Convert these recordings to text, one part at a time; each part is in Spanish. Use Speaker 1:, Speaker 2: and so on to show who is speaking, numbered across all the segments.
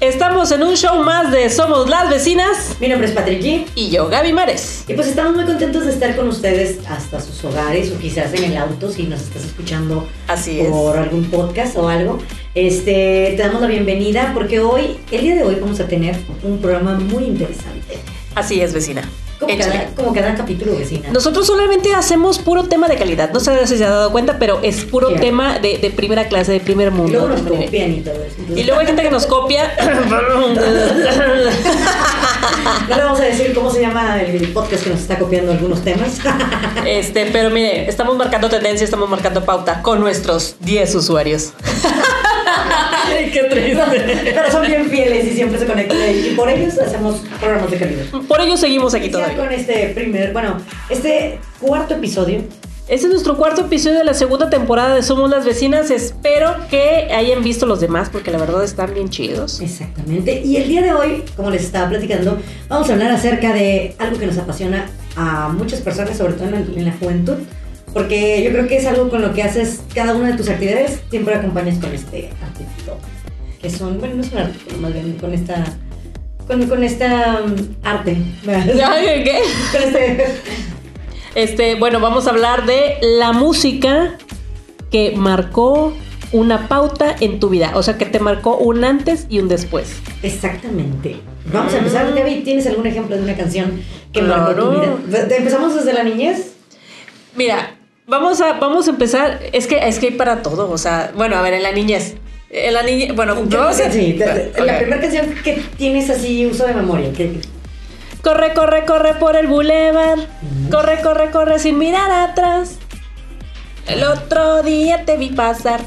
Speaker 1: en un show más de Somos las Vecinas
Speaker 2: Mi nombre es Patricky
Speaker 1: y yo, Gaby Mares.
Speaker 2: y pues estamos muy contentos de estar con ustedes hasta sus hogares o quizás en el auto si nos estás escuchando
Speaker 1: Así
Speaker 2: por algún podcast o algo. Este, te damos la bienvenida porque hoy, el día de hoy vamos a tener un programa muy interesante.
Speaker 1: Así es, vecina.
Speaker 2: Como,
Speaker 1: Échale.
Speaker 2: cada, como cada capítulo, vecina.
Speaker 1: Nosotros solamente hacemos puro tema de calidad. No sé si se ha dado cuenta, pero es puro
Speaker 2: Claro.
Speaker 1: tema de, de primera clase, de primer
Speaker 2: y
Speaker 1: mundo.
Speaker 2: luego nos
Speaker 1: de manera-
Speaker 2: copian y todo eso. Entonces,
Speaker 1: Y luego hay gente que nos copia.
Speaker 2: no le vamos a decir cómo se llama el podcast que nos está copiando algunos temas.
Speaker 1: Este, pero mire, estamos marcando tendencia, estamos marcando pauta con nuestros 10 usuarios. Ay, qué triste.
Speaker 2: Pero son bien fieles y siempre se conectan. Y por ellos hacemos programas de calidad.
Speaker 1: Por ello seguimos aquí
Speaker 2: Iniciar
Speaker 1: todavía.
Speaker 2: con este primer, bueno, este cuarto episodio.
Speaker 1: Este es nuestro cuarto episodio de la segunda temporada de Somos las Vecinas. Espero que hayan visto los demás porque la verdad están bien chidos.
Speaker 2: Exactamente. Y el día de hoy, como les estaba platicando, vamos a hablar acerca de algo que nos apasiona a muchas personas, sobre todo en la, en la juventud, porque yo creo que es algo con lo que haces cada una de tus actividades, siempre acompañas con este artículo, que son, bueno, no es un artículo, más bien con esta, con, con esta mm, arte, ¿verdad?
Speaker 1: Ay, ¿Qué?
Speaker 2: con este,
Speaker 1: Este, bueno, vamos a hablar de la música que marcó una pauta en tu vida. O sea, que te marcó un antes y un después.
Speaker 2: Exactamente. Vamos a empezar, Gaby, ¿tienes algún ejemplo de una canción que marcó tu
Speaker 1: Mm. Claro.
Speaker 2: vida? Pues, ¿Te- ¿Empezamos desde la niñez?
Speaker 1: Mira, vamos a, vamos a empezar. Es que, es que hay para todo. O sea, bueno, a ver, en la niñez. En la niñez, bueno, vamos a-
Speaker 2: Sí, te- te- la
Speaker 1: Ok.
Speaker 2: primera canción que tienes así uso de memoria. que-
Speaker 1: Corre, corre, corre por el bulevar. Corre, corre, corre sin mirar atrás. El otro día te vi pasar.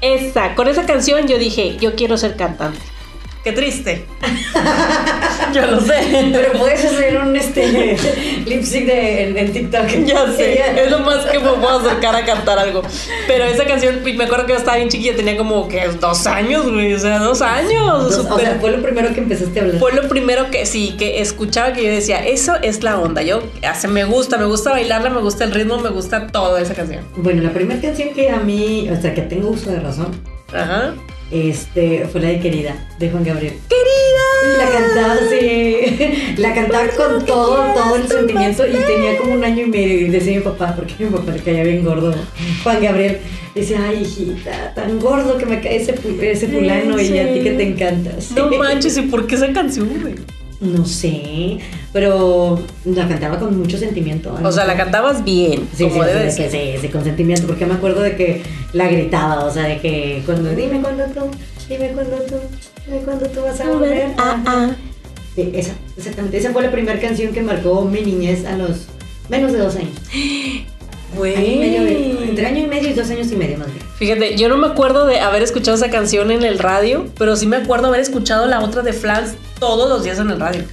Speaker 1: Esa, con esa canción yo dije, yo quiero ser cantante. Qué triste. yo lo sé.
Speaker 2: Pero puedes hacer un este, lip sync de, en, en TikTok.
Speaker 1: Ya
Speaker 2: Sería-
Speaker 1: sé, es lo más que me puedo acercar a cantar algo. Pero esa canción, y me acuerdo que yo estaba bien chiquilla, tenía como que dos años, güey, o sea, dos años.
Speaker 2: Entonces, o
Speaker 1: súper-
Speaker 2: sea, fue lo primero que empezaste a hablar.
Speaker 1: Fue lo primero que sí, que escuchaba que yo decía, eso es la onda. Yo hace, me gusta, me gusta bailarla, me gusta el ritmo, me gusta toda esa canción.
Speaker 2: Bueno, la primera canción que a mí, o sea, que tengo uso de razón,
Speaker 1: Ajá.
Speaker 2: este, fue la de Querida, de Juan Gabriel.
Speaker 1: ¡Querida!
Speaker 2: La cantaba, sí. La cantaba con todo, todo el sentimiento. Y tenía como un año y medio. Y decía mi papá, porque mi papá le caía bien gordo. Juan Gabriel. Dice, ay, hijita, tan gordo que me cae ese, pu- ese fulano. Y a ti que te encanta. Sí.
Speaker 1: No manches, ¿y por qué esa canción, güey?
Speaker 2: No sé. Pero la cantaba con mucho sentimiento.
Speaker 1: O sea, la cantabas bien,
Speaker 2: Sí, sí,
Speaker 1: como
Speaker 2: sí,
Speaker 1: debe de
Speaker 2: sí,
Speaker 1: ser.
Speaker 2: sí, sí, con sentimiento, porque me acuerdo de que la gritaba, o sea, de que cuando, dime cuándo tú, dime cuándo tú, dime cuándo tú vas a volver.
Speaker 1: Ah, ah.
Speaker 2: Sí, esa, exactamente. Esa fue la primera canción que marcó mi niñez a los menos de dos años. Año y medio de- entre
Speaker 1: Güey.
Speaker 2: año y medio y dos años y medio más bien.
Speaker 1: Fíjate, yo no me acuerdo de haber escuchado esa canción en el radio, pero sí me acuerdo haber escuchado la otra de Flans todos los días en el radio.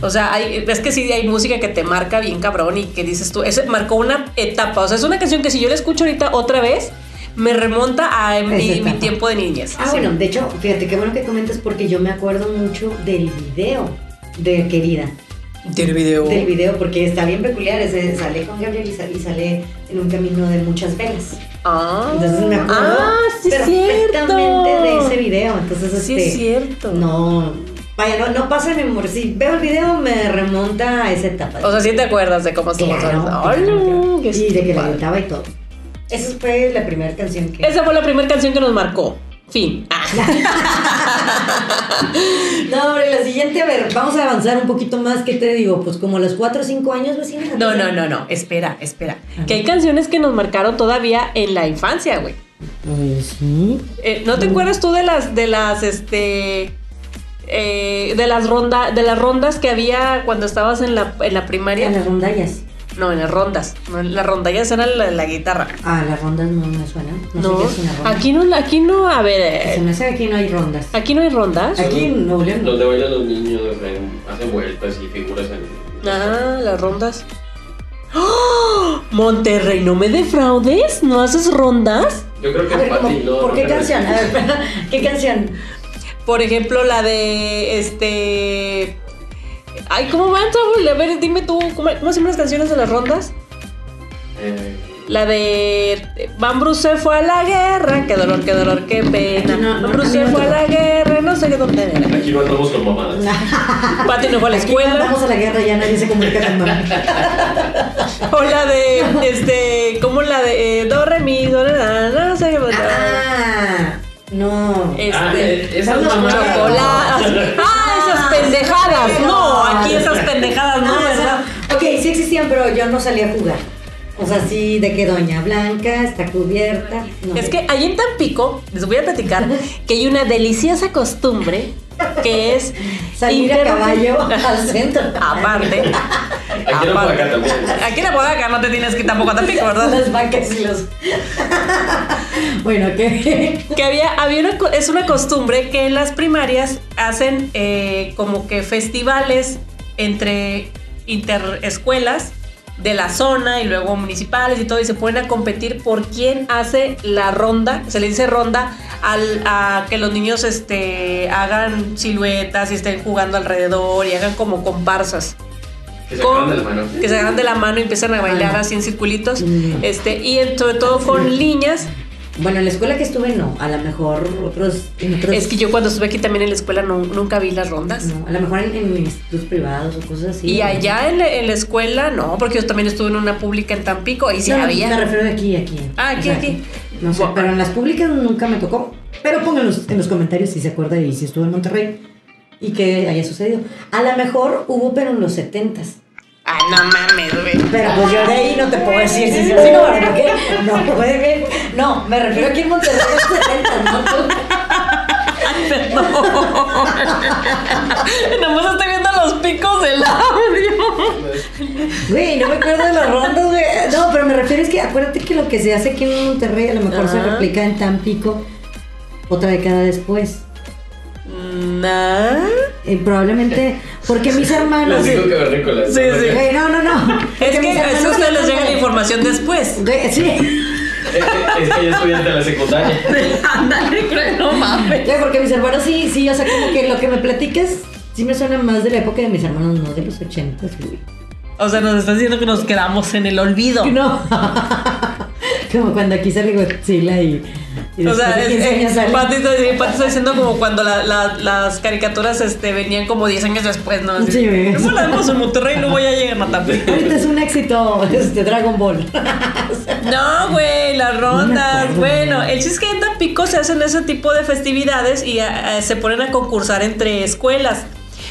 Speaker 1: O sea, hay- es que sí hay música que te marca bien cabrón y que dices tú, eso marcó una etapa. O sea, es una canción que si yo la escucho ahorita otra vez, me remonta a
Speaker 2: Esa
Speaker 1: mi,
Speaker 2: etapa.
Speaker 1: mi tiempo de niñez.
Speaker 2: Ah,
Speaker 1: Sí.
Speaker 2: bueno, de hecho, fíjate, qué bueno que comentas porque yo me acuerdo mucho del video de Querida.
Speaker 1: Del video.
Speaker 2: Del video, porque está bien peculiar. es de- sale con Gabriel y sale, y sale en un camino de muchas velas.
Speaker 1: Ah,
Speaker 2: Entonces me acuerdo
Speaker 1: ah, sí es cierto.
Speaker 2: perfectamente de ese video. Entonces,
Speaker 1: Sí
Speaker 2: este,
Speaker 1: es cierto.
Speaker 2: No, vaya, no, no pasa mi amor. Si veo el video, me remonta a esa etapa.
Speaker 1: O sea, sí te acuerdas de cómo estuvo.
Speaker 2: Claro,
Speaker 1: todo.
Speaker 2: claro,
Speaker 1: Ay, no,
Speaker 2: claro.
Speaker 1: qué
Speaker 2: Y de que la
Speaker 1: padre.
Speaker 2: gritaba y todo. Esa fue la primera canción que.
Speaker 1: Esa fue la primera canción que nos marcó. Fin. Ah.
Speaker 2: No, hombre, la siguiente, a ver, vamos a avanzar un poquito más. ¿Qué te digo? Pues como a los 4 o 5 años, vecina.
Speaker 1: No, no, no, no. Espera, espera.
Speaker 2: Ajá.
Speaker 1: Que hay canciones que nos marcaron todavía en la infancia, güey.
Speaker 2: Pues sí.
Speaker 1: Eh, ¿No te acuerdas tú de las, de las, este, eh, de las ronda, de las rondas que había cuando estabas en la, en la
Speaker 2: A
Speaker 1: primaria?
Speaker 2: las rondallas.
Speaker 1: No, en las rondas. No, en las rondallas eran la, la guitarra.
Speaker 2: Ah, las rondas no me suenan. No,
Speaker 1: No,
Speaker 2: sé qué es una ronda.
Speaker 1: aquí no, aquí no, a ver, eh,
Speaker 2: Se me hace que aquí no hay rondas.
Speaker 1: aquí no hay rondas.
Speaker 2: Aquí en Nuevo León no.
Speaker 3: Donde bailan los niños, hacen, hacen vueltas y figuras en.
Speaker 1: Ah, las rondas. ¡Oh! Monterrey, no me defraudes, no haces rondas.
Speaker 3: Yo creo que
Speaker 2: A ver,
Speaker 3: es
Speaker 2: ¿cómo?
Speaker 3: fácil, ¿no?
Speaker 2: ¿por qué
Speaker 3: No,
Speaker 2: canción? A ver, ¿qué canción?
Speaker 1: Por ejemplo, la de este. Ay, ¿cómo van, Saúl? A ver, dime tú, ¿cómo, cómo se llaman las canciones de las rondas?
Speaker 3: Eh,
Speaker 1: La de Van Bruce fue a la guerra, qué dolor, qué dolor, qué pena.
Speaker 2: No, no,
Speaker 1: Van Bruce
Speaker 2: no, no,
Speaker 1: fue a
Speaker 2: no.
Speaker 1: la guerra, no sé qué dónde era.
Speaker 3: Aquí no andamos con mamadas.
Speaker 1: Pati no fue a la
Speaker 2: Aquí mandamos
Speaker 1: escuela.
Speaker 2: a la guerra ya nadie se comunica con mamá.
Speaker 1: O la de, este, como la de eh, Do, Re, Mi, Do, Re, La, no sé qué dónde
Speaker 2: Ah, no.
Speaker 3: Ah,
Speaker 1: Este,
Speaker 3: eh, esas
Speaker 2: Vamos,
Speaker 3: mamadas.
Speaker 1: chocoladas. Ah, esas pendejadas. No, aquí esas pendejadas no,
Speaker 2: Ah,
Speaker 1: ¿verdad?
Speaker 2: esa- Ok, sí existían, pero yo no salía a jugar. O sea, sí, de que Doña Blanca está cubierta. no.
Speaker 1: Es que allí en Tampico, les voy a platicar, que hay una deliciosa costumbre que es
Speaker 2: Salir a
Speaker 1: interrumpir-
Speaker 2: caballo al centro.
Speaker 1: Aparte.
Speaker 3: Aquí no por acá también.
Speaker 1: Aquí en Apodaca no te tienes que ir tampoco a Tampico, ¿verdad?
Speaker 2: Las vacas y los. bueno, ¿qué?
Speaker 1: Que había, había una, co- es una costumbre que en las primarias hacen eh, como que festivales entre interescuelas de la zona y luego municipales y todo y se ponen a competir por quién hace la ronda, se le dice ronda al, a que los niños este, hagan siluetas y estén jugando alrededor y hagan como comparsas.
Speaker 3: Que se acaban de la mano.
Speaker 1: que se agarran de la mano y empiezan a bailar así en circulitos.
Speaker 2: Mm.
Speaker 1: Este, y en- sobre todo con niñas.
Speaker 2: Bueno, en la escuela que estuve, no. A lo mejor otros. en otros-
Speaker 1: Es que yo cuando estuve aquí también en la escuela no- nunca vi las rondas.
Speaker 2: no, a lo mejor en, en institutos privados o cosas así.
Speaker 1: Y allá en la, en la escuela, no, porque yo también estuve en una pública en Tampico y sí
Speaker 2: No, no,
Speaker 1: había.
Speaker 2: Me refiero de aquí, aquí.
Speaker 1: Ah, aquí,
Speaker 2: O sea,
Speaker 1: aquí.
Speaker 2: No sé,
Speaker 1: Bueno.
Speaker 2: pero en las públicas nunca me tocó. Pero pónganos en los comentarios si se acuerda y si estuvo en Monterrey y qué haya sucedido. A lo mejor hubo, pero en los 70
Speaker 1: Ah, no mames, güey.
Speaker 2: Pero pues yo de ahí no te puedo decir si sí o si no, porque no puede ver. No, me refiero aquí en Monterrey en los 70 ¿no?
Speaker 1: No. Nomás estoy viendo los picos del audio.
Speaker 2: Güey, no me acuerdo de las rondas, güey. No, pero me refiero es que acuérdate que lo que se hace aquí en Monterrey a lo mejor se
Speaker 1: Ajá.
Speaker 2: replica en Tampico otra década después.
Speaker 1: Nah.
Speaker 2: Eh, probablemente porque mis hermanos.
Speaker 3: Las digo que verrícolas.
Speaker 1: Sí, sí.
Speaker 2: Güey, no, no, no.
Speaker 1: Es
Speaker 2: Porque
Speaker 1: que
Speaker 2: mis
Speaker 1: a
Speaker 2: hermanos
Speaker 1: esos no les
Speaker 2: andan
Speaker 1: llega la
Speaker 2: de-
Speaker 1: información después.
Speaker 2: Güey, sí.
Speaker 3: Es que, es que yo estudiante de la secundaria.
Speaker 1: Ándale, creo, no mames.
Speaker 2: Güey, porque mis hermanos sí, sí, o sea, como que lo que me platicas sí me suena más de la época de mis hermanos, no de los ochentas, güey.
Speaker 1: O sea, nos estás diciendo que nos quedamos en el olvido.
Speaker 2: No. como cuando aquí sale Godzilla y. y
Speaker 1: O
Speaker 2: después
Speaker 1: sea,
Speaker 2: de 15
Speaker 1: es-
Speaker 2: años
Speaker 1: eh,
Speaker 2: sale-
Speaker 1: Pati, está, sí, Pati está diciendo como cuando la- la- las caricaturas este, venían como 10 años después, ¿no? Así,
Speaker 2: Sí, güey.
Speaker 1: ¿Cómo la vemos en Monterrey? No voy a llegar a Tampico.
Speaker 2: Ahorita es un éxito este Dragon Ball.
Speaker 1: No, güey, las rondas.
Speaker 2: acuerdo.
Speaker 1: bueno, el chiste es que en Tampico se hacen ese tipo de festividades y eh, se ponen a concursar entre escuelas.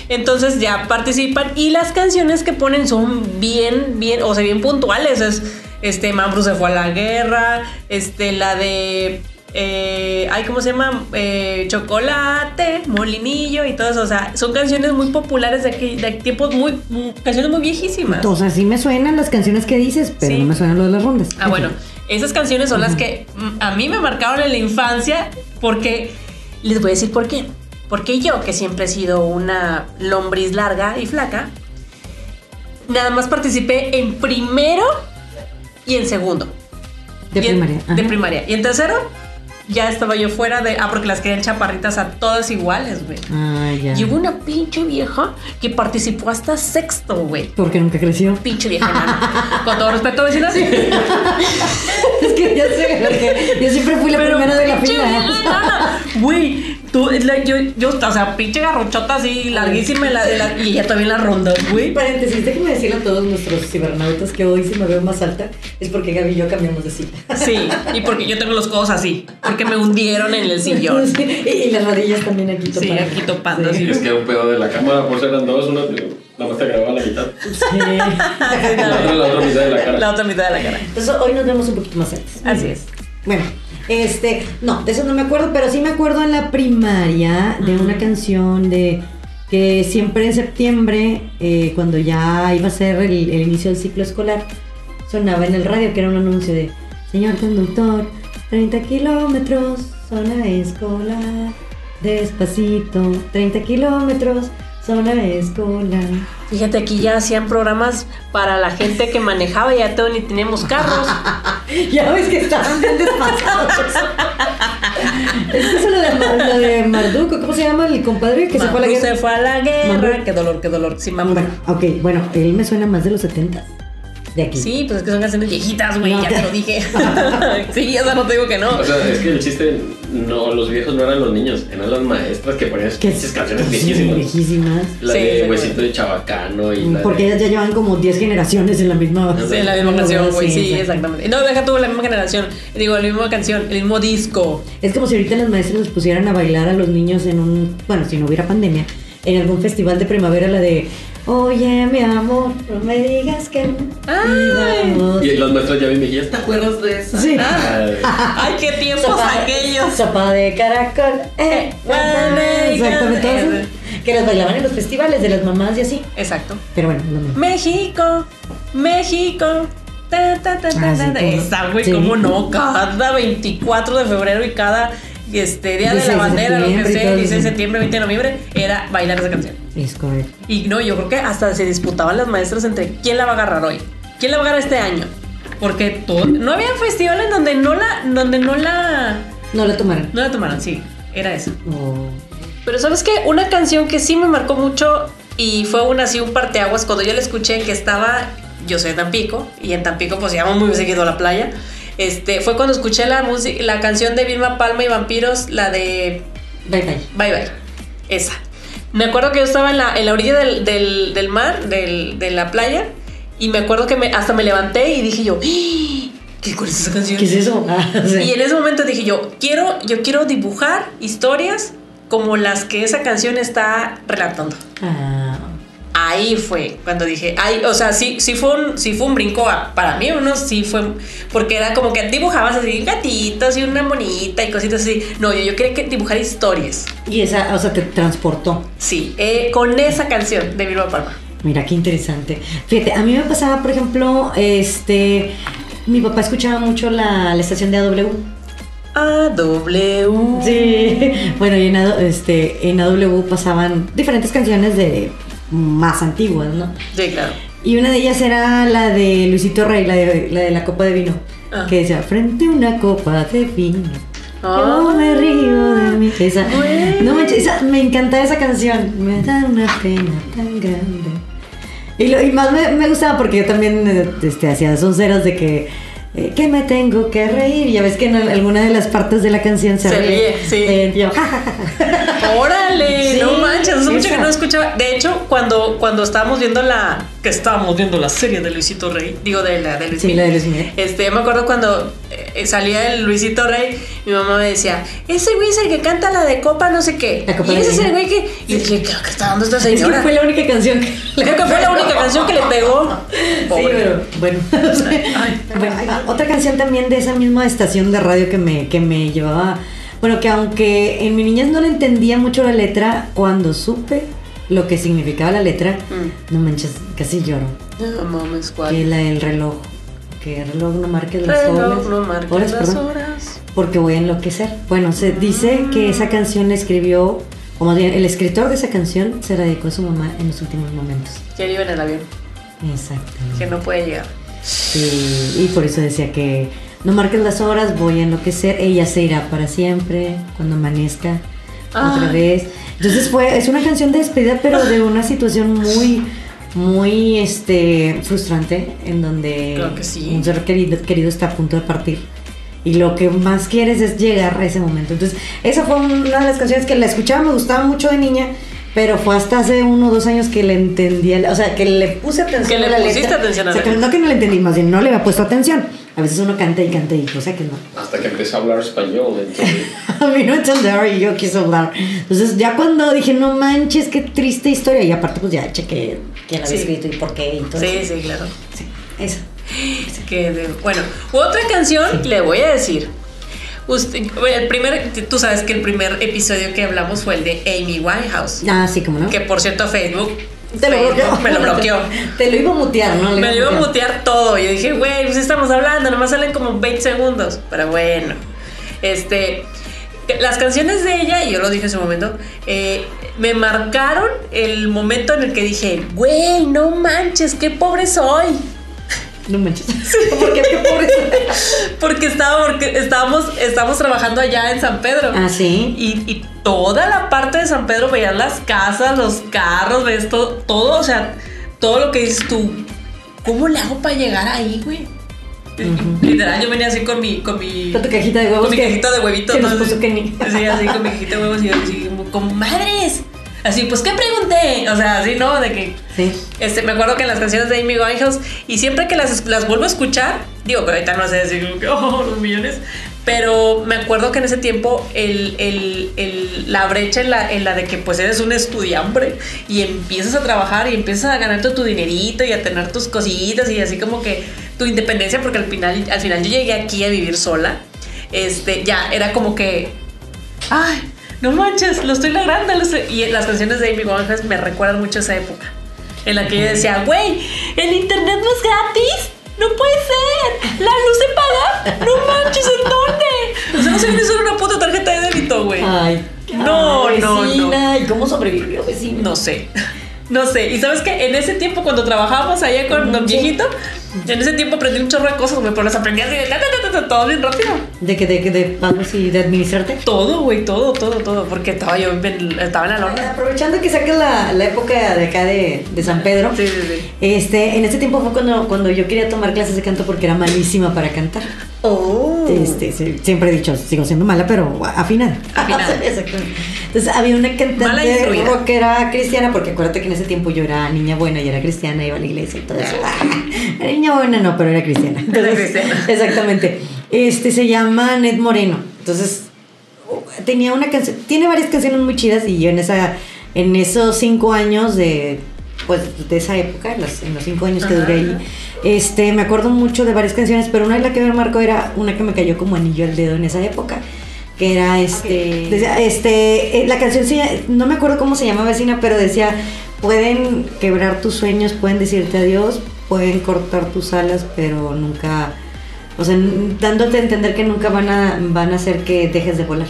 Speaker 1: Entonces ya participan y las canciones que ponen son bien, bien, o sea, bien puntuales. Es, este, Mambrú se fue a la guerra, este, la de... eh, ay, ¿cómo se llama? Eh, chocolate, molinillo y todo eso. O sea, son canciones muy populares de aquí, de tiempos muy, muy- canciones muy viejísimas.
Speaker 2: o sea, sí me suenan las canciones que dices, pero
Speaker 1: Sí.
Speaker 2: no me suenan lo de las rondas.
Speaker 1: Ah, bueno, esas canciones son las que mm, a mí me marcaron en la infancia porque les voy a decir por qué. Porque yo, que siempre he sido una lombriz larga y flaca, nada más participé en primero y en segundo.
Speaker 2: De
Speaker 1: Y en-
Speaker 2: primaria.
Speaker 1: De
Speaker 2: ajá.
Speaker 1: primaria. Y en tercero ya estaba yo fuera de... Ah, porque las querían chaparritas a todas iguales, güey.
Speaker 2: Ah, ya.
Speaker 1: Y hubo una pinche vieja que participó hasta sexto, güey.
Speaker 2: Porque nunca creció.
Speaker 1: Pinche vieja enana. Con todo respeto, vecinas.
Speaker 2: Es que ya sé, porque yo siempre fui la
Speaker 1: Pero
Speaker 2: primera de la
Speaker 1: pinche vieja
Speaker 2: fila.
Speaker 1: enana. Güey, tú, la- yo, yo, o sea, pinche garrochota así, larguísima, y la, la- y ella también la ronda, güey.
Speaker 2: Paréntesis, déjenme decirle a todos nuestros cibernautas que hoy si me veo más alta es porque Gaby y yo cambiamos de cita.
Speaker 1: Sí, y porque yo tengo los codos así, porque me hundieron en el sillón.
Speaker 2: Sí, y, y las rodillas también aquí
Speaker 1: Sí,
Speaker 2: topando.
Speaker 1: aquí topando,
Speaker 2: Sí.
Speaker 3: Y es que un pedo de la cámara, por ser eran dos, una te- nada más te grababa la mitad.
Speaker 2: Sí.
Speaker 3: La otra, la otra mitad de la cara.
Speaker 1: La otra mitad de la cara.
Speaker 2: Entonces hoy nos vemos un poquito más altas.
Speaker 1: Así es.
Speaker 2: Bueno, este, no, de eso no me acuerdo, pero sí me acuerdo en la primaria de una canción de que siempre en septiembre, eh, cuando ya iba a ser el, el inicio del ciclo escolar, sonaba en el radio que era un anuncio de señor conductor, 30 kilómetros, zona escolar, despacito, 30 kilómetros, zona escolar.
Speaker 1: Fíjate, aquí ya hacían programas para la gente que manejaba, ya todo ni teníamos carros.
Speaker 2: Ya ves que estaban bien despasados. es que eso lo de, Mar- lo de Marduco, ¿cómo se llama el compadre que se fue a la
Speaker 1: Mambrú
Speaker 2: guerra?
Speaker 1: se fue a la guerra.
Speaker 2: Mambrú.
Speaker 1: Qué dolor, qué dolor. Sí, mamá.
Speaker 2: Ok, bueno, él me suena más de los 70. de aquí.
Speaker 1: Sí, pues es que son canciones viejitas, güey,
Speaker 2: No.
Speaker 1: ya te lo dije. sí, o sea, no te digo que no.
Speaker 3: O sea, es que el chiste, no, los viejos no eran los niños, eran las maestras que ponían sus
Speaker 2: Que-
Speaker 3: pinches canciones
Speaker 2: sí,
Speaker 3: viejísimas.
Speaker 2: viejísimas.
Speaker 3: La
Speaker 1: Sí,
Speaker 3: de
Speaker 1: seguro.
Speaker 3: Huesito de Chabacano y la
Speaker 2: Porque
Speaker 3: de...
Speaker 2: ellas ya llevan como 10 generaciones en la misma
Speaker 1: Sí, en la misma canción, güey, sí,
Speaker 2: exacto.
Speaker 1: exactamente. No, deja tú la misma generación, digo, la misma canción, el mismo disco.
Speaker 2: Es como si ahorita las maestras los pusieran a bailar a los niños en un, bueno, si no hubiera pandemia, en algún festival de primavera, la de, oye, mi amor, no me digas que no
Speaker 1: Ay.
Speaker 2: íbamos".
Speaker 3: Y las maestras ya bien viejas, ¿te acuerdas de Ah, eso?
Speaker 2: Sí. Ah.
Speaker 1: Ay, qué tiempos
Speaker 2: Sopa de-
Speaker 1: aquellos.
Speaker 2: Sopa de caracol. Eh,
Speaker 1: Guanajuato.
Speaker 2: exactamente. todas esas Que las bailaban en los festivales de las mamás y así.
Speaker 1: Exacto.
Speaker 2: Pero bueno, no me...
Speaker 1: México, México. Ta, ta, ta, ta,
Speaker 2: Ah, sí,
Speaker 1: ta, ta.
Speaker 2: cómo-
Speaker 1: Esa, güey,
Speaker 2: sí.
Speaker 1: cómo no. Cada 24 de febrero y cada este, día de
Speaker 2: 16
Speaker 1: la
Speaker 2: de
Speaker 1: bandera, lo que
Speaker 2: septiembre y
Speaker 1: sea,
Speaker 2: todo
Speaker 1: 16 de
Speaker 2: eso.
Speaker 1: septiembre, 20 de noviembre, era bailar esa canción.
Speaker 2: Es correcto.
Speaker 1: Y no, yo creo que hasta se disputaban las maestras entre quién la va a agarrar hoy, quién la va a agarrar este año. Porque todo, no había festival en donde no la, donde no la,
Speaker 2: No la tomaron.
Speaker 1: no la tomaron, sí, era eso.
Speaker 2: Oh.
Speaker 1: Pero sabes que una canción que sí me marcó mucho y fue una así un parteaguas cuando yo la escuché que estaba yo soy de Tampico y en Tampico pues íbamos muy seguido a la playa. Este, fue cuando escuché la música, la canción de Vilma Palma y Vampiros, la de
Speaker 2: Bye bye.
Speaker 1: Bye Bye. Esa. Me acuerdo que yo estaba en la, en la orilla del, del- del mar, del- de la playa, y me acuerdo que me, hasta me levanté y dije yo, "¡Ah! ¿qué cuál es esa canción?
Speaker 2: ¿Qué es eso? Ah, sí.
Speaker 1: Y en ese momento dije yo, quiero, yo quiero dibujar historias como las que esa canción está relatando.
Speaker 2: Ah.
Speaker 1: Ahí fue cuando dije, ay, o sea, sí, sí fue un, sí fue un brinco a- para mí, uno sí fue, porque era como que dibujabas así gatitos y una monita y cositas así. No, yo, yo quería que dibujar historias.
Speaker 2: Y esa, o sea, te transportó.
Speaker 1: Sí, eh, con esa canción de Vilma Palma.
Speaker 2: Mira, qué interesante. Fíjate, a mí me pasaba, por ejemplo, este. Mi papá escuchaba mucho la, la estación de AW.
Speaker 1: A W.
Speaker 2: Sí. Bueno, y en, A- este, en AW pasaban diferentes canciones de más antiguas, ¿no?
Speaker 1: Sí, claro.
Speaker 2: Y una de ellas era la de Luisito Rey, la de la, de la copa de vino.
Speaker 1: Ah.
Speaker 2: Que decía, frente a una copa de vino. Yo
Speaker 1: Ah.
Speaker 2: me río de mi esa,
Speaker 1: Güey.
Speaker 2: no manches, esa- me encantaba esa canción. Me da una pena tan grande. Y, lo, y más me, me gustaba porque yo también eh, este, hacía sonceras de que, eh, que me tengo que reír. Ya ves que en al- alguna de las partes de la canción se,
Speaker 1: Se ríe, sí.
Speaker 2: Eh, yo, "Ja, ja, ja, ja".
Speaker 1: Órale,
Speaker 2: Sí,
Speaker 1: no manches, hace mucho
Speaker 2: esa.
Speaker 1: que no escuchaba. De hecho, cuando, cuando estábamos viendo la. Que estábamos viendo la serie de Luisito Rey. Digo, de la de Luis
Speaker 2: Sí, la de
Speaker 1: Miguel.
Speaker 2: Luis Miguel.
Speaker 1: Este, yo me acuerdo cuando eh, salía el Luisito Rey, mi mamá me decía, ese güey es el que canta la de copa, no sé qué.
Speaker 2: La Copa
Speaker 1: y
Speaker 2: de
Speaker 1: ese es el
Speaker 2: Vino.
Speaker 1: güey que. Y dije, ¿qué que está dando esta
Speaker 2: Es que
Speaker 1: señora?
Speaker 2: fue la única canción que
Speaker 1: Creo que fue la única canción que le pegó.
Speaker 2: Sí,
Speaker 1: Pobre.
Speaker 2: pero bueno.
Speaker 1: Ay.
Speaker 2: Bueno, ahí va. otra canción también de esa misma estación de radio que me, que me llevaba. Bueno, que aunque en mi niñez no le entendía mucho la letra, cuando supe lo que significaba la letra,
Speaker 1: Mm.
Speaker 2: no manches, casi lloro.
Speaker 1: No mames, ¿cuál?
Speaker 2: Que la del reloj. Que el reloj no marque las horas.
Speaker 1: Reloj no marca
Speaker 2: horas,
Speaker 1: las
Speaker 2: perdón,
Speaker 1: horas. Ah.
Speaker 2: Porque voy a enloquecer. Bueno, se dice que esa canción la escribió, o más bien, el escritor de esa canción se la dedicó a su mamá en los últimos momentos.
Speaker 1: Que él iba en el avión,
Speaker 2: Exactamente.
Speaker 1: que no puede llegar.
Speaker 2: Sí, y por eso decía que no marques las horas, voy a enloquecer, ella se irá para siempre, cuando amanezca, otra
Speaker 1: Ay.
Speaker 2: vez. Entonces fue, es una canción de despedida, pero de una situación muy, muy este, frustrante, en donde
Speaker 1: Claro que sí.
Speaker 2: un ser querido, querido está a punto de partir. Y lo que más quieres es llegar a ese momento. Entonces, esa fue una de las canciones que la escuchaba, me gustaba mucho de niña, pero fue hasta hace uno o dos años que le entendía, la- o sea, que le puse atención
Speaker 1: Que le
Speaker 2: a la
Speaker 1: pusiste
Speaker 2: letra.
Speaker 1: atención a la
Speaker 2: O sea, que
Speaker 1: letra.
Speaker 2: no que no le entendí, más bien no le había puesto atención. A veces uno canta y canta y cosa que no.
Speaker 3: Hasta que empezó a hablar español, entonces...
Speaker 2: A mí no entender y yo quise hablar. Entonces ya cuando dije, no manches, qué triste historia. Y aparte pues ya chequé quién la había
Speaker 1: Sí.
Speaker 2: escrito y por qué. y todo
Speaker 1: Sí,
Speaker 2: eso.
Speaker 1: sí, claro.
Speaker 2: Sí, eso.
Speaker 1: Que de- bueno, otra canción le voy a decir. Usted, bueno, el primer, tú sabes que el primer episodio que hablamos fue el de Amy Winehouse,
Speaker 2: Ah, sí, como no.
Speaker 1: que por cierto Facebook,
Speaker 2: Te lo
Speaker 1: Facebook
Speaker 2: bloqueó.
Speaker 1: me lo bloqueó.
Speaker 2: Te lo iba a mutear, ¿no? Le
Speaker 1: Me lo iba a
Speaker 2: mutear.
Speaker 1: mutear todo. Yo dije, güey, pues estamos hablando, nomás salen como 20 segundos. Pero bueno, este, las canciones de ella, y yo lo dije en su momento, eh, me marcaron el momento en el que dije, güey, no manches, qué pobre soy.
Speaker 2: No manches. Porque qué pobre.
Speaker 1: Porque, estaba, porque estábamos, estábamos trabajando allá en San Pedro.
Speaker 2: ah, sí.
Speaker 1: Y, y toda la parte de San Pedro veías las casas, los carros, ves todo, todo, o sea, todo lo que dices tú. ¿cómo le hago para llegar ahí, güey?
Speaker 2: Ujú.
Speaker 1: Literal, yo venía así con mi, con mi,
Speaker 2: Con tu cajita de huevos.
Speaker 1: con mi
Speaker 2: que-
Speaker 1: cajita de huevitos.
Speaker 2: Que nos
Speaker 1: ¿no?
Speaker 2: puso Kenny.
Speaker 1: Sí, así con mi cajita de huevos y yo así, como, comadres. Así, pues, ¿qué pregunté? O sea, así, ¿no? De que
Speaker 2: Sí.
Speaker 1: este, me acuerdo que en las canciones de Amy Winehouse, y siempre que las, las vuelvo a escuchar, digo, pero ahorita no sé decir como que, oh, los millones, pero me acuerdo que en ese tiempo el, el- el- la brecha en la, en la de que pues eres un estudiante y empiezas a trabajar y empiezas a ganar tu, tu dinerito y a tener tus cositas y así como que tu independencia, porque al final, al final yo llegué aquí a vivir sola, este, ya era como que ay, no manches, lo estoy logrando. lo estoy- Y las canciones de Amy Winehouse me recuerdan mucho esa época en la que ella decía, güey, el internet no es gratis. No puede ser, la luz se paga, no manches, ¿en dónde? O sea, no se viene solo una puta tarjeta de débito, güey.
Speaker 2: Ay.
Speaker 1: No,
Speaker 2: ay,
Speaker 1: no,
Speaker 2: vecina, ¿Y cómo sobrevivió, vecina?
Speaker 1: No sé. No sé. Y sabes que en ese tiempo, cuando trabajábamos allá con Don
Speaker 2: Sí.
Speaker 1: Viejito, en ese tiempo aprendí un chorro de cosas, güey, pero las aprendí así de ta, ta, ta, ta, ta, todo bien rápido.
Speaker 2: ¿De que de, de pagos y de administrarte?
Speaker 1: Todo, güey, todo, todo, todo. Porque estaba yo en- estaba en la lona.
Speaker 2: Aprovechando que saca la, la época de acá de, de San Pedro.
Speaker 1: Sí, sí, sí.
Speaker 2: Este, en este tiempo fue cuando, cuando yo quería tomar clases de canto porque era malísima para cantar.
Speaker 1: Oh.
Speaker 2: Este, sí, siempre he dicho, sigo siendo mala, pero afinada.
Speaker 1: Afinada.
Speaker 2: Exactamente. Entonces había una
Speaker 1: Mala
Speaker 2: cantante
Speaker 1: instruida.
Speaker 2: rockera cristiana, porque acuérdate que en ese tiempo yo era niña buena y era cristiana, iba a la iglesia y todo eso. Ah, Era niña buena, no, pero era cristiana.
Speaker 1: Era cristiana.
Speaker 2: Exactamente. Este se llama Ned Moreno. Entonces tenía una canción, tiene varias canciones muy chidas y yo en esa, en esos cinco años de, pues de esa época, en los, en los cinco años que
Speaker 1: Ajá,
Speaker 2: duré ahí,
Speaker 1: ajá.
Speaker 2: este, me acuerdo mucho de varias canciones, pero una de las que me marcó era una que me cayó como anillo al dedo en esa época, que era este,
Speaker 1: Ok.
Speaker 2: decía, este, eh, la canción se- no me acuerdo cómo se llama vecina, pero decía, pueden quebrar tus sueños, pueden decirte adiós, pueden cortar tus alas, pero nunca, o sea, n- dándote a entender que nunca van a, van a hacer que dejes de volar.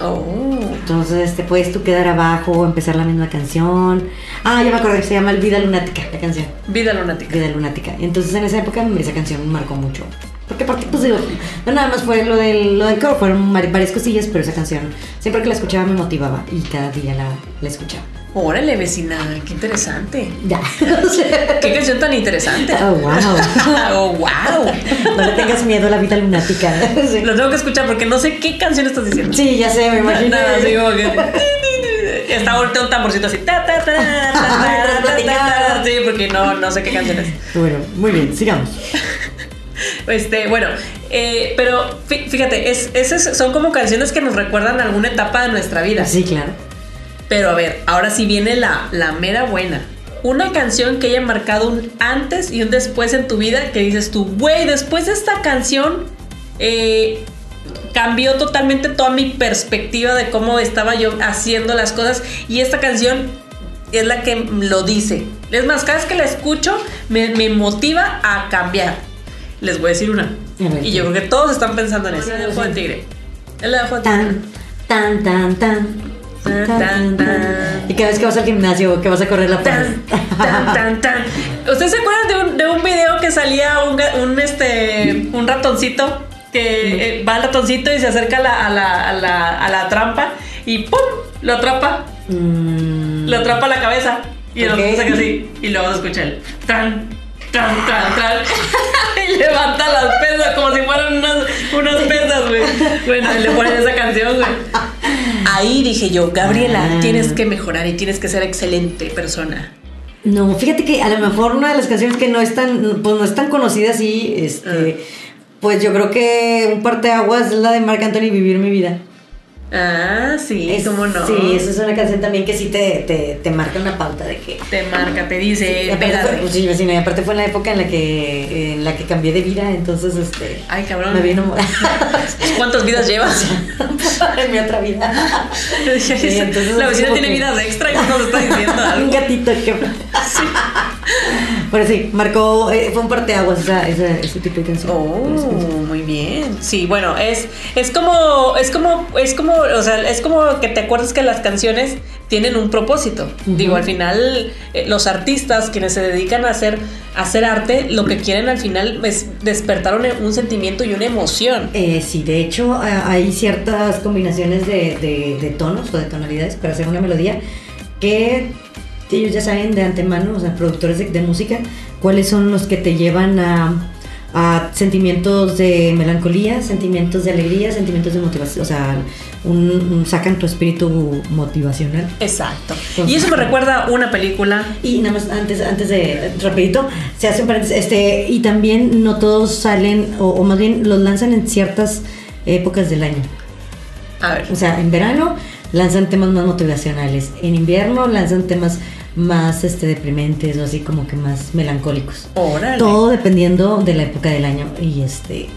Speaker 1: Oh.
Speaker 2: Entonces te puedes tú quedar abajo o empezar la misma canción. Ah, ya me acordé, se llama El Vida Lunática, la canción.
Speaker 1: Vida lunática.
Speaker 2: Vida Lunática. Entonces en esa época esa canción me marcó mucho. Porque aparte, pues digo, no nada más fue lo del, lo del coro, fueron vari- varias cosillas, pero esa canción, siempre que la escuchaba me motivaba y cada día la, la escuchaba.
Speaker 1: Órale, vecina, qué interesante.
Speaker 2: Ya. O sea,
Speaker 1: Qué canción tan interesante.
Speaker 2: Oh, wow.
Speaker 1: oh, wow.
Speaker 2: no le tengas miedo a la vida lunática. Sí,
Speaker 1: Lo tengo que escuchar porque no sé qué canción estás diciendo.
Speaker 2: Sí, ya sé, me imagino.
Speaker 1: Nada, así como que- Está ahorita un tamborcito así. ta, ta, ta, ta, ta, ta, ta, ta. Sí, porque no, no sé qué canción es.
Speaker 2: Bueno, muy bien, sigamos.
Speaker 1: Este, bueno, eh, pero fí- fíjate, es, esas son como canciones que nos recuerdan alguna etapa de nuestra vida.
Speaker 2: Sí, claro.
Speaker 1: Pero a ver, ahora sí viene la, la mera buena. Una canción que haya marcado un antes y un después en tu vida que dices tú, güey, después de esta canción eh, cambió totalmente toda mi perspectiva de cómo estaba yo haciendo las cosas y esta canción es la que lo dice. Es más, cada vez que la escucho me, me motiva a cambiar. Les voy a decir una.
Speaker 2: A ver.
Speaker 1: Y yo creo que todos están pensando en eso.
Speaker 2: Bueno,
Speaker 1: La de Juan
Speaker 2: sí.
Speaker 1: Tigre. Es la de Juan Tigre.
Speaker 2: tan, tan, tan, tan.
Speaker 1: Tan, tan, tan.
Speaker 2: Y cada vez que vas al gimnasio o que vas a correr la paz.
Speaker 1: Tan, tan, tan, tan. ¿Ustedes se acuerdan de un, de un video que salía un, ga- un, este, un ratoncito? Que eh, va el ratoncito y se acerca a la, a la, a la- a la trampa y ¡pum! Lo atrapa,
Speaker 2: Mm.
Speaker 1: lo atrapa la cabeza. Y el
Speaker 2: Ok.
Speaker 1: ratoncito saca así y luego se escucha el tran, tran, tran, tran. y levanta las pesas como si fueran unas, unas pesas, güey. Bueno, y le ponen esa canción, güey. Ahí dije yo, Gabriela,
Speaker 2: Ah.
Speaker 1: tienes que mejorar y tienes que ser excelente persona.
Speaker 2: No, fíjate que a lo mejor una de las canciones que no es tan, pues no es tan conocida así, este,
Speaker 1: Ah.
Speaker 2: pues yo creo que un parteaguas es la de Marc Anthony Vivir mi vida.
Speaker 1: Ah, sí,
Speaker 2: Es-
Speaker 1: cómo no.
Speaker 2: Sí, esa es una canción también que sí te, te, te marca una pauta de que.
Speaker 1: Te marca, te dice,
Speaker 2: Y aparte
Speaker 1: "Espérate".
Speaker 2: fue, pues, sí, vecina, y aparte fue en la época en la que en la que cambié de vida, entonces este
Speaker 1: Ay, cabrón.
Speaker 2: me vino
Speaker 1: ¿Cuántas vidas llevas?
Speaker 2: en mi otra vida. Sí, entonces
Speaker 1: la
Speaker 2: es
Speaker 1: vecina
Speaker 2: como
Speaker 1: tiene
Speaker 2: que-
Speaker 1: vidas extra y no nos está diciendo
Speaker 2: Un
Speaker 1: algo.
Speaker 2: gatito que. Pero sí, marcó, eh, fue un parteaguas esa, esa, ese tipo de canción.
Speaker 1: Oh,
Speaker 2: Esa canción.
Speaker 1: muy bien. Sí, bueno, es, es como, es como, es como, o sea, es como que te acuerdas que las canciones tienen un propósito.
Speaker 2: Ujú.
Speaker 1: Digo, al final, eh, los artistas quienes se dedican a hacer, a hacer arte, lo que quieren al final es despertar un, un sentimiento y una emoción.
Speaker 2: Eh, sí, de hecho a- hay ciertas combinaciones de, de- de tonos o de tonalidades para hacer una melodía que que ellos ya saben de antemano, o sea, productores de, de música, cuáles son los que te llevan a, a sentimientos de melancolía, sentimientos de alegría, sentimientos de motivación, o sea, un- un- sacan tu espíritu motivacional.
Speaker 1: Exacto. Y eso me recuerda a una película.
Speaker 2: Y nada más antes, antes de rapidito, se hacen paréntesis, este, y también no todos salen, o, o más bien los lanzan en ciertas épocas del año.
Speaker 1: A ver.
Speaker 2: O sea, en verano lanzan temas más motivacionales, en invierno lanzan temas más este deprimentes o así como que más melancólicos.
Speaker 1: Órale.
Speaker 2: Todo dependiendo de la época del año y este y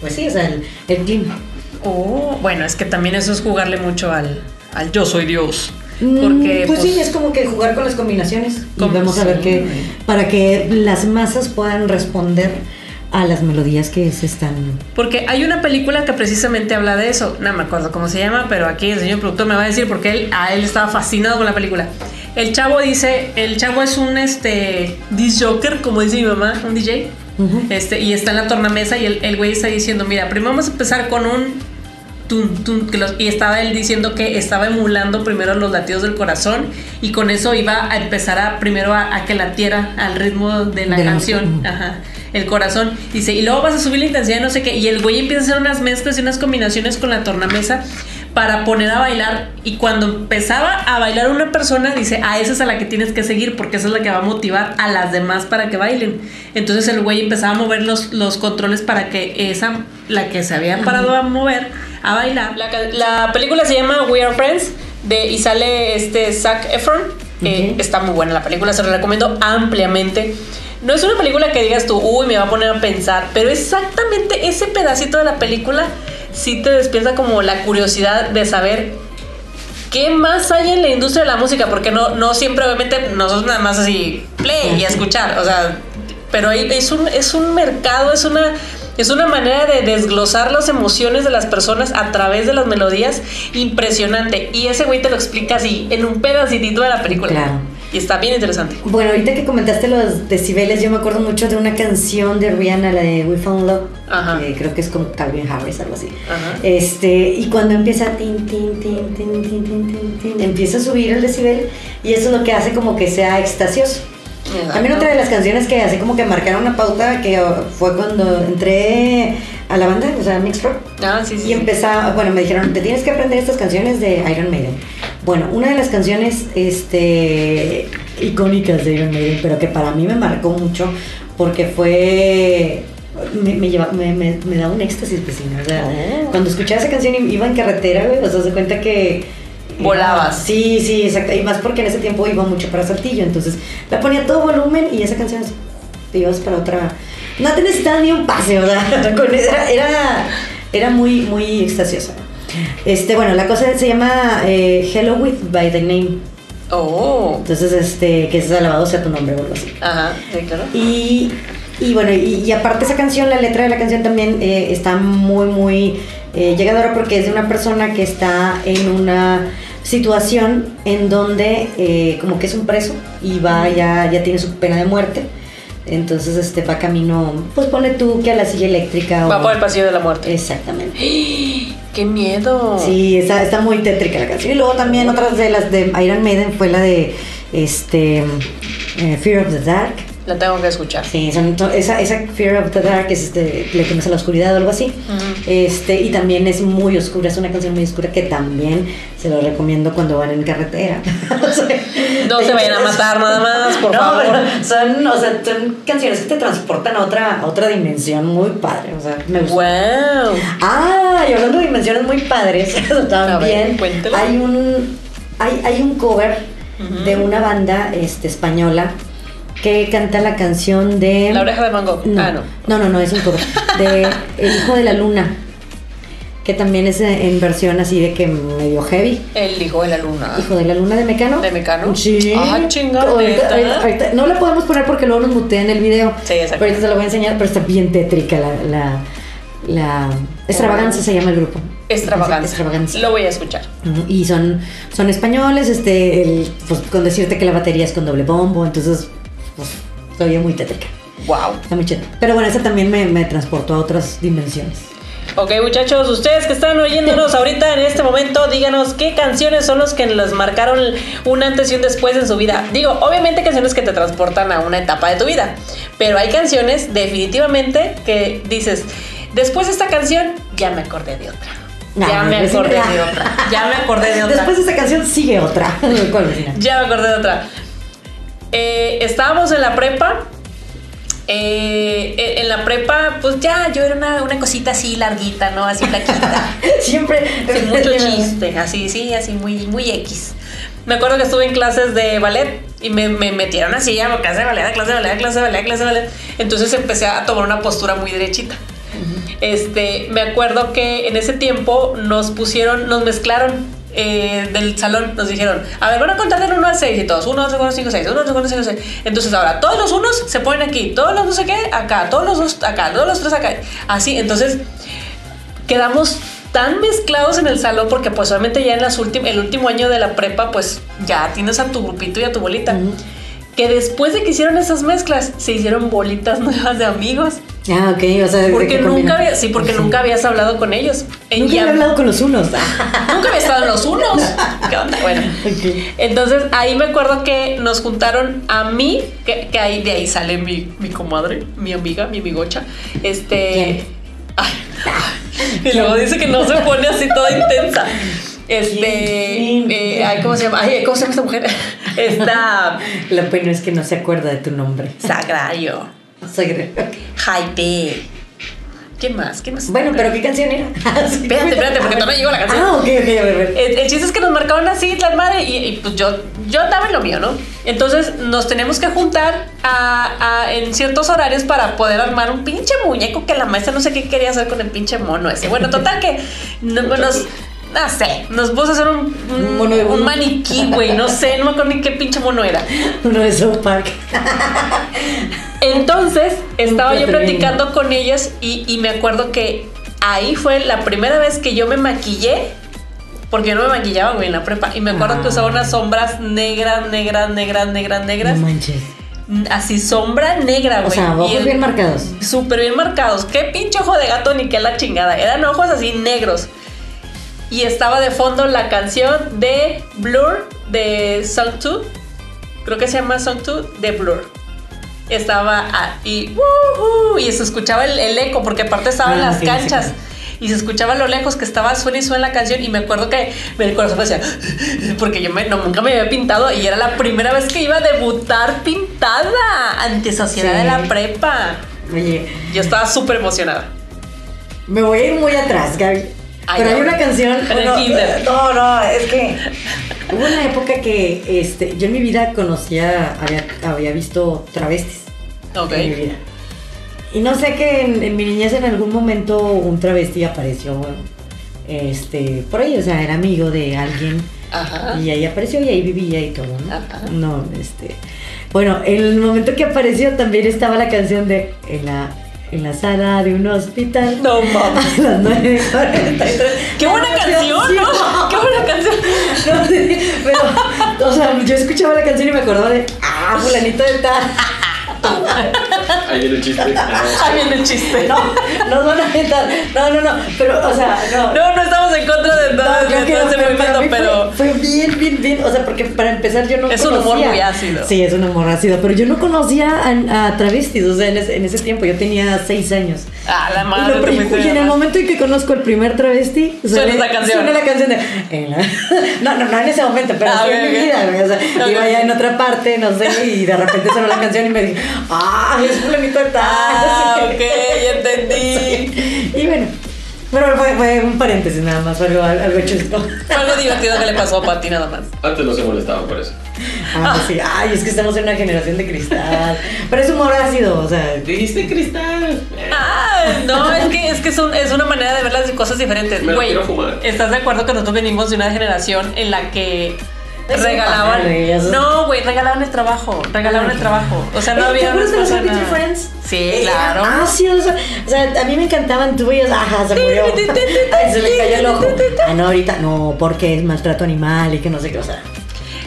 Speaker 2: pues sí, o sea, el, el clima.
Speaker 1: Oh, bueno, es que también eso es jugarle mucho al, al yo soy Dios.
Speaker 2: Mm,
Speaker 1: Porque.
Speaker 2: pues, sí, es como que jugar con las combinaciones y
Speaker 1: Como-
Speaker 2: vamos a ver
Speaker 1: sí,
Speaker 2: que
Speaker 1: güey.
Speaker 2: para que las masas puedan responder a las melodías que se están
Speaker 1: Porque hay una película que precisamente habla de eso. No me acuerdo cómo se llama, pero aquí el señor productor me va a decir porque él, a él estaba fascinado con la película. El chavo dice, el chavo es un este disc joker, como dice mi mamá, un DJ.
Speaker 2: Ujú.
Speaker 1: Este, y está en la tornamesa y el, el güey está diciendo, mira, primero vamos a empezar con un tun, tun, que los- y estaba él diciendo que estaba emulando primero los latidos del corazón y con eso iba a empezar a primero a, a que latiera al ritmo de la
Speaker 2: De la
Speaker 1: canción,
Speaker 2: música, ujú.
Speaker 1: ajá, el corazón. Dice, y luego vas a subir la intensidad, no sé qué, y el güey empieza a hacer unas mezclas y unas combinaciones con la tornamesa para poner a bailar y cuando empezaba a bailar una persona dice, a esa es a la que tienes que seguir porque esa es la que va a motivar a las demás para que bailen. Entonces el güey empezaba a mover los, los controles para que esa, la que se había parado a mover, a bailar. La, ca- la película se llama We Are Friends de, y sale este Zac Efron. eh, que
Speaker 2: Ujú.
Speaker 1: Está muy buena la película, se la recomiendo ampliamente. No es una película que digas tú, uy, me va a poner a pensar, pero exactamente ese pedacito de la película sí te despierta como la curiosidad de saber ¿Qué más hay en la industria de la música? Porque no, no siempre, obviamente, nosotros nada más así play y a escuchar. O sea, pero ahí es un, es un mercado, es una, es una manera de desglosar las emociones de las personas a través de las melodías impresionante. Y ese güey te lo explica así, en un pedacitito de la película.
Speaker 2: Claro.
Speaker 1: Y está bien interesante.
Speaker 2: Bueno, ahorita que comentaste los decibeles, yo me acuerdo mucho de una canción de Rihanna, la de We Found Love,
Speaker 1: Ajá.
Speaker 2: que creo que es con Calvin Harris, algo así.
Speaker 1: Ajá.
Speaker 2: Este, y cuando empieza tin, tin, tin, tin, tin, tin, tin, tin, empieza a subir el decibel y eso es lo que hace como que sea extasioso. También otra de las canciones que así como que marcaron una pauta que oh, fue cuando entré a la banda, o sea, Mixed Rock,
Speaker 1: Ah, sí, sí,
Speaker 2: y
Speaker 1: sí.
Speaker 2: empezaba, bueno, me dijeron, te tienes que aprender estas canciones de Iron Maiden. Bueno, una de las canciones este, icónicas de Iron Maiden, pero que para mí me marcó mucho porque fue. Me, me, lleva- me, me- me da un éxtasis, pues, sí, o sea,
Speaker 1: Oh.
Speaker 2: Cuando escuchaba esa canción y iba en carretera, güey, o sea, se cuenta que.
Speaker 1: Volabas.
Speaker 2: Sí, sí, exacto. Y más porque en ese tiempo iba mucho para Saltillo, entonces la ponía a todo volumen y esa canción así, te ibas para otra. No te necesitaba ni un pase, ¿verdad? Con- Era, era, era muy, muy extasiosa. Este, bueno, la cosa se llama eh, Hello With by the Name.
Speaker 1: Oh.
Speaker 2: Entonces, este, que es alabado sea tu nombre o algo así.
Speaker 1: Ajá, sí, claro.
Speaker 2: Y, y bueno, y, y aparte esa canción, la letra de la canción también eh, está muy, muy eh, llegadora porque es de una persona que está en una situación en donde eh, como que es un preso y va, ya, ya tiene su pena de muerte. Entonces este va camino, pues pone tú que a la silla eléctrica o...
Speaker 1: Va por el pasillo de la muerte.
Speaker 2: Exactamente.
Speaker 1: ¡Qué miedo!
Speaker 2: Sí, está, está muy tétrica la canción. Y luego también otras de las de Iron Maiden fue la de este eh, Fear of the Dark.
Speaker 1: La tengo que escuchar.
Speaker 2: Sí, son- son- esa, esa Fear of the Dark es este, le temes a la oscuridad o algo así.
Speaker 1: Ujú.
Speaker 2: Este, y también es muy oscura, es una canción muy oscura que también se lo recomiendo cuando van en carretera. O sea,
Speaker 1: No se vayan a matar nada más, por
Speaker 2: No,
Speaker 1: favor.
Speaker 2: pero son, o sea, son canciones que te transportan a otra, a otra dimensión muy padre. O sea, me gusta.
Speaker 1: ¡Wow!
Speaker 2: Ah, y hablando de dimensiones muy padres
Speaker 1: A ver,
Speaker 2: también.
Speaker 1: cuéntelo.
Speaker 2: hay un hay, hay un cover
Speaker 1: Ujú.
Speaker 2: de una banda este, española que canta la canción de
Speaker 1: La oreja de Van Gogh.
Speaker 2: Em, no,
Speaker 1: Ah, no.
Speaker 2: no, no, no, es un cover de El hijo de la luna, que también es eh, en en versión así de que medio heavy.
Speaker 1: El hijo de la luna.
Speaker 2: Hijo de la luna de Mecano.
Speaker 1: ¿De Mecano?
Speaker 2: Sí.
Speaker 1: Ah, chingada,
Speaker 2: Ahorita-
Speaker 1: ¿neta?
Speaker 2: ahorita- ahorita- no la podemos poner porque luego nos mutean el video.
Speaker 1: Sí, exacto.
Speaker 2: Pero ahorita se lo voy a enseñar, pero está bien tétrica la. la, la- extravaganza se llama el grupo.
Speaker 1: Extravaganza.
Speaker 2: Extravaganza.
Speaker 1: Lo voy a escuchar.
Speaker 2: Ujú, Y son, son españoles, este, el- pues, con decirte que la batería es con doble bombo, entonces, pues, se oye muy tétrica.
Speaker 1: ¡Wow!
Speaker 2: Está muy chido. Pero bueno, esa también me, me transportó a otras dimensiones.
Speaker 1: Ok, muchachos, ustedes que están oyéndonos ahorita en este momento, díganos qué canciones son los que les marcaron un antes y un después en su vida. Digo, obviamente canciones que te transportan a una etapa de tu vida, pero hay canciones definitivamente que dices, después de esta canción ya me acordé de otra.
Speaker 2: Nah,
Speaker 1: ya me
Speaker 2: pues,
Speaker 1: acordé
Speaker 2: mira.
Speaker 1: de otra. Ya me acordé de otra.
Speaker 2: Después de esta canción sigue otra. ¿Cuál, vecina?
Speaker 1: Ya me acordé de otra. Eh, estábamos en la prepa. eh, en- en la prepa, pues ya, yo era una, una cosita así larguita, ¿no? Así flaquita.
Speaker 2: Siempre.
Speaker 1: sin mucho chiste, así, sí, así, muy, muy X. Me acuerdo que estuve en clases de ballet y me, me metieron así a clase de ballet, a clase de ballet, a clase de ballet, a clase de ballet. Entonces empecé a tomar una postura muy derechita. Este, me acuerdo que en ese tiempo nos pusieron, nos mezclaron eh, del salón, nos dijeron, a ver, van a contar del 1 al 6 y todos, 1, 2, 3, 4, 5, 6, 1, 2, 3, 4, 5, 6. Entonces ahora, todos los unos se ponen aquí, todos los no sé qué, acá, todos los dos acá, todos los tres acá. Así, entonces quedamos tan mezclados en el salón porque pues obviamente ya en las últim- el último año de la prepa pues ya tienes a tu grupito y a tu bolita.
Speaker 2: Ujú.
Speaker 1: Que después de que hicieron esas mezclas, se hicieron bolitas nuevas de amigos.
Speaker 2: Ah, ok. O sea,
Speaker 1: Porque nunca había,
Speaker 2: habías
Speaker 1: sí, porque nunca habías hablado con ellos. Eh,
Speaker 2: Nunca
Speaker 1: y
Speaker 2: había
Speaker 1: hab-
Speaker 2: hablado con los unos.
Speaker 1: nunca había estado en los unos. ¿Qué onda? Bueno.
Speaker 2: Ok.
Speaker 1: Entonces ahí me acuerdo que nos juntaron a mí, que, que ahí, de ahí sale mi, mi comadre, mi amiga, mi amigocha. Este. Ay, y luego dice que no se pone así toda intensa. Este.
Speaker 2: ¿Quién? ¿Quién?
Speaker 1: eh, ay, ¿Cómo se llama? Ay, ¿Cómo se llama esta mujer? Esta.
Speaker 2: Lo bueno es que no se acuerda de tu nombre.
Speaker 1: Sagrario. Jaime. ¿Quién más? ¿Quién más?
Speaker 2: Bueno, pero ¿qué canción era?
Speaker 1: Espérate, espérate, porque todavía no llegó la canción.
Speaker 2: Ah, ok, ok, a ver, a ver.
Speaker 1: El, el chiste es que nos marcaron así la madre y, y, pues yo, yo estaba en lo mío, ¿no? Entonces nos tenemos que juntar a- a- en ciertos horarios para poder armar un pinche muñeco que la maestra no sé qué quería hacer con el pinche mono ese. Bueno, total que no, nos... No sé, nos puso a hacer un, un,
Speaker 2: Un mono de
Speaker 1: un
Speaker 2: goma.
Speaker 1: maniquí, güey. No sé, no me acuerdo ni qué pinche mono era.
Speaker 2: Uno de South Park.
Speaker 1: Entonces, estaba yo
Speaker 2: platillo.
Speaker 1: platicando con ellas y, y me acuerdo que ahí fue la primera vez que yo me maquillé, porque yo no me maquillaba, güey, en la prepa. Y me acuerdo que
Speaker 2: Ah.
Speaker 1: usaba unas sombras negras, negras, negras, negras, negras.
Speaker 2: No manches.
Speaker 1: Mm, Así, sombra negra,
Speaker 2: O
Speaker 1: güey.
Speaker 2: sea,
Speaker 1: Y
Speaker 2: ojos
Speaker 1: el-
Speaker 2: bien marcados.
Speaker 1: Súper bien marcados. Qué pinche ojo de gato ni qué la chingada. Eran ojos así negros. Y estaba de fondo la canción de Blur de Song 2. Creo que se llama Song 2 de Blur. Estaba ahí. "Woohoo", y se escuchaba el, el eco porque aparte estaban
Speaker 2: Ah,
Speaker 1: las
Speaker 2: sí, sí,
Speaker 1: canchas.
Speaker 2: sí.
Speaker 1: Y se escuchaba a lo lejos que estaba suena y suena la canción. Y me acuerdo que el corazón me hacía. Porque yo me- no, nunca me había pintado. Y era la primera vez que iba a debutar pintada ante sociedad
Speaker 2: Sí.
Speaker 1: de la prepa.
Speaker 2: Oye,
Speaker 1: Yo estaba súper emocionada.
Speaker 2: me voy a ir muy atrás, Gaby.
Speaker 1: Ay,
Speaker 2: pero
Speaker 1: no.
Speaker 2: hay una canción.
Speaker 1: En el kinder.
Speaker 2: No, no, es que. Hubo una época que este, yo en mi vida conocía, había, había visto travestis.
Speaker 1: Ok.
Speaker 2: en mi vida. Y no sé que en, en mi niñez en algún momento un travesti apareció este, por ahí, o sea, era amigo de alguien
Speaker 1: Ajá.
Speaker 2: y ahí apareció y ahí vivía y todo, ¿no?
Speaker 1: Ajá.
Speaker 2: No, este. Bueno, en el momento que apareció también estaba la canción de En la, en la sala de un hospital.
Speaker 1: No mames.
Speaker 2: A las 9:43.
Speaker 1: Qué buena
Speaker 2: Sí,
Speaker 1: canción, ¿no? Qué buena canción.
Speaker 2: no, sí, pero, o sea, yo escuchaba la canción y me acordaba de, ah, fulanito de tal.
Speaker 3: Ahí viene el chiste. Ah,
Speaker 1: Ahí viene el chiste.
Speaker 2: No, nos van a aventar. No, no, no. Pero, o sea, no.
Speaker 1: No, no estamos en contra de todo,
Speaker 2: No, creo
Speaker 1: de
Speaker 2: que
Speaker 1: todo
Speaker 2: no,
Speaker 1: ese
Speaker 2: pero para
Speaker 1: movimiento,
Speaker 2: mí fue-
Speaker 1: pero.
Speaker 2: Fue bien, bien, bien. O sea, porque para empezar yo no
Speaker 1: Es un
Speaker 2: conocía.
Speaker 1: humor muy ácido.
Speaker 2: Sí, es un humor ácido. Pero yo no conocía a, a travestis. O sea, en ese, en ese tiempo yo tenía seis años.
Speaker 1: Ah, la
Speaker 2: Y,
Speaker 1: madre.
Speaker 2: lo
Speaker 1: te
Speaker 2: prim-
Speaker 1: fuiste
Speaker 2: y en el
Speaker 1: además.
Speaker 2: momento en que conozco el primer travesti,
Speaker 1: Suena esa canción.
Speaker 2: suena la canción de. en la- No, no, no en ese momento, pero
Speaker 1: Ah,
Speaker 2: sí
Speaker 1: ok,
Speaker 2: en mi
Speaker 1: ok.
Speaker 2: vida. güey, O sea,
Speaker 1: Ok.
Speaker 2: iba ya en otra parte, no sé, y de repente sonó la canción y me dije, ¡ah! Es fulanito de tal.
Speaker 1: Ah, ok, ya entendí.
Speaker 2: Y bueno, pero fue, fue un paréntesis nada más, fue algo, algo chusco.
Speaker 1: Fue algo divertido que le pasó a Pati nada más.
Speaker 3: Antes no se molestaban por eso.
Speaker 2: Ah, sí, ay, es que estamos en una generación de cristal. Pero es humor ácido, o sea.
Speaker 3: Dijiste cristal.
Speaker 1: Ah, no, es que, es que es, un- es una manera de ver las cosas diferentes.
Speaker 3: Me lo
Speaker 1: Güey,
Speaker 3: quiero fumar.
Speaker 1: ¿estás de acuerdo que nosotros venimos de una generación en la que
Speaker 2: Es un
Speaker 1: regalaban?
Speaker 2: padre, eso es-
Speaker 1: No, güey, regalaban el trabajo, regalaban el trabajo. O sea, no
Speaker 2: Oye, ¿Te
Speaker 1: había...
Speaker 2: acuerdas de los
Speaker 1: cosa
Speaker 2: Happy Tree
Speaker 1: nada.
Speaker 2: Friends?
Speaker 1: Sí,
Speaker 2: Eran
Speaker 1: claro.
Speaker 2: ácidos, o sea, a mí me encantaban tú y ellos, ajá, se murió. Ay, se le cayó el ojo. Ah, no, ahorita no, porque es maltrato animal y que no sé qué, o sea.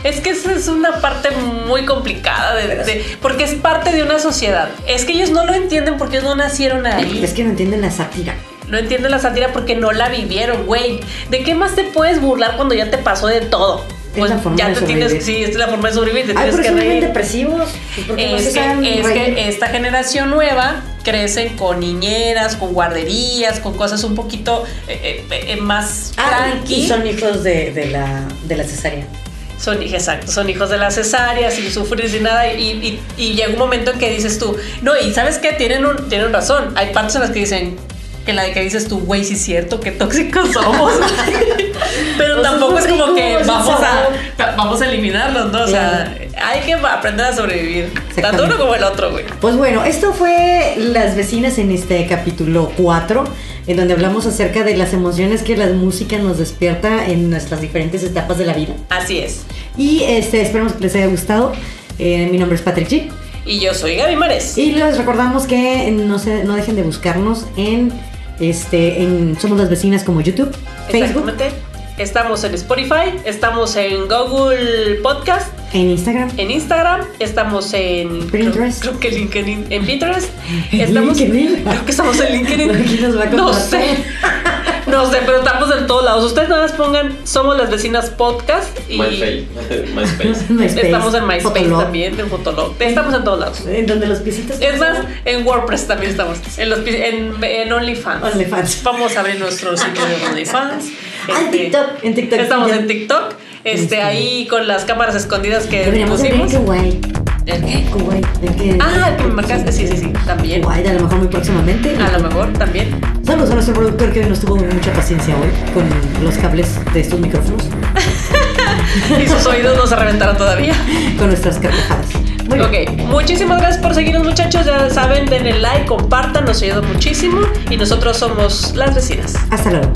Speaker 1: Es que esa es una parte muy complicada de, de- porque es parte de una sociedad. Es que ellos no lo entienden porque ellos no nacieron ahí.
Speaker 2: Es que no entienden la sátira.
Speaker 1: No no entienden la sátira porque no la vivieron, güey. ¿De qué más te puedes burlar cuando ya te pasó de todo? Pues
Speaker 2: Es la forma
Speaker 1: ya
Speaker 2: de
Speaker 1: te tienes,
Speaker 2: sobrevivir.
Speaker 1: sí, esta es la forma de sobrevivir, te
Speaker 2: Ay,
Speaker 1: tienes
Speaker 2: por
Speaker 1: que
Speaker 2: eso viven
Speaker 1: reír.
Speaker 2: depresivos. pues, porque no
Speaker 1: Es,
Speaker 2: se
Speaker 1: que,
Speaker 2: saben
Speaker 1: es
Speaker 2: reír.
Speaker 1: que esta generación nueva crecen con niñeras, con guarderías, con cosas un poquito eh, eh, eh, más
Speaker 2: Ah,
Speaker 1: tranqui.
Speaker 2: y son hijos de, de la, de la cesárea.
Speaker 1: Son, exacto, son hijos de la cesárea, sin sufrir, sin nada. Y, y- y llega un momento en que dices tú, no, y sabes qué, tienen, un- tienen razón. Hay partes en las que dicen, que en la de que dices tú, güey, sí es cierto, qué tóxicos somos. Pero
Speaker 2: Pues
Speaker 1: tampoco
Speaker 2: es
Speaker 1: es
Speaker 2: muy
Speaker 1: como
Speaker 2: rico,
Speaker 1: que
Speaker 2: es un
Speaker 1: vamos a,
Speaker 2: sabor.
Speaker 1: ta- vamos a eliminarlos, ¿no? O sea, hay que aprender a sobrevivir, tanto uno
Speaker 2: Exactamente.
Speaker 1: como el otro, güey.
Speaker 2: Pues bueno, esto fue Las vecinas en este capítulo 4, en donde hablamos acerca de las emociones que la música nos despierta en nuestras diferentes etapas de la vida.
Speaker 1: Así es.
Speaker 2: Y este, esperemos que les haya gustado. Eh, mi nombre es Patrick G.
Speaker 1: Y yo soy Gaby Mares.
Speaker 2: Y les recordamos que no, se, no dejen de buscarnos en, este, en Somos las Vecinas como YouTube, Facebook,
Speaker 1: Exactamente. Estamos en Spotify, estamos en Google Podcast.
Speaker 2: en Instagram.
Speaker 1: en Instagram, estamos en
Speaker 2: Pinterest.
Speaker 1: Creo, creo que LinkedIn, en Pinterest. Estamos,
Speaker 2: LinkedIn.
Speaker 1: Creo que estamos en LinkedIn.
Speaker 2: ¿Quién nos va a
Speaker 1: no
Speaker 2: contratar?
Speaker 1: sé. No sé, pero estamos en todos lados. Ustedes nada más pongan Somos las vecinas podcast y
Speaker 3: MySpace. MySpace.
Speaker 2: MySpace,
Speaker 1: Pues, estamos en MySpace
Speaker 2: Fotolog,
Speaker 1: también, en Fotolog. Estamos en todos lados.
Speaker 2: En donde los pisitos.
Speaker 1: Es más, en WordPress también estamos. En los pi- en, en OnlyFans.
Speaker 2: OnlyFans.
Speaker 1: Vamos a abrir nuestro sitio de OnlyFans. Este,
Speaker 2: Ah, en TikTok, en TikTok.
Speaker 1: Estamos
Speaker 2: Ya.
Speaker 1: en TikTok. Este,
Speaker 2: Este.
Speaker 1: ahí con las cámaras escondidas que
Speaker 2: Deberíamos de ver
Speaker 1: pusimos.
Speaker 2: Kuwait.
Speaker 1: ¿El qué?
Speaker 2: Kuwait. ¿de qué?
Speaker 1: Ah, el que me marcaste, sí, sí, sí, también.
Speaker 2: Kuwait, a lo mejor muy próximamente.
Speaker 1: A lo mejor también.
Speaker 2: Saludos a nuestro productor que hoy nos tuvo mucha paciencia hoy con los cables de estos micrófonos,
Speaker 1: Y sus oídos no se reventaron todavía.
Speaker 2: con nuestras carcajadas. Muy bien.
Speaker 1: Ok, muchísimas gracias por seguirnos, muchachos. Ya saben, denle like, compartan, nos ayuda muchísimo. Y nosotros somos las vecinas.
Speaker 2: Hasta luego.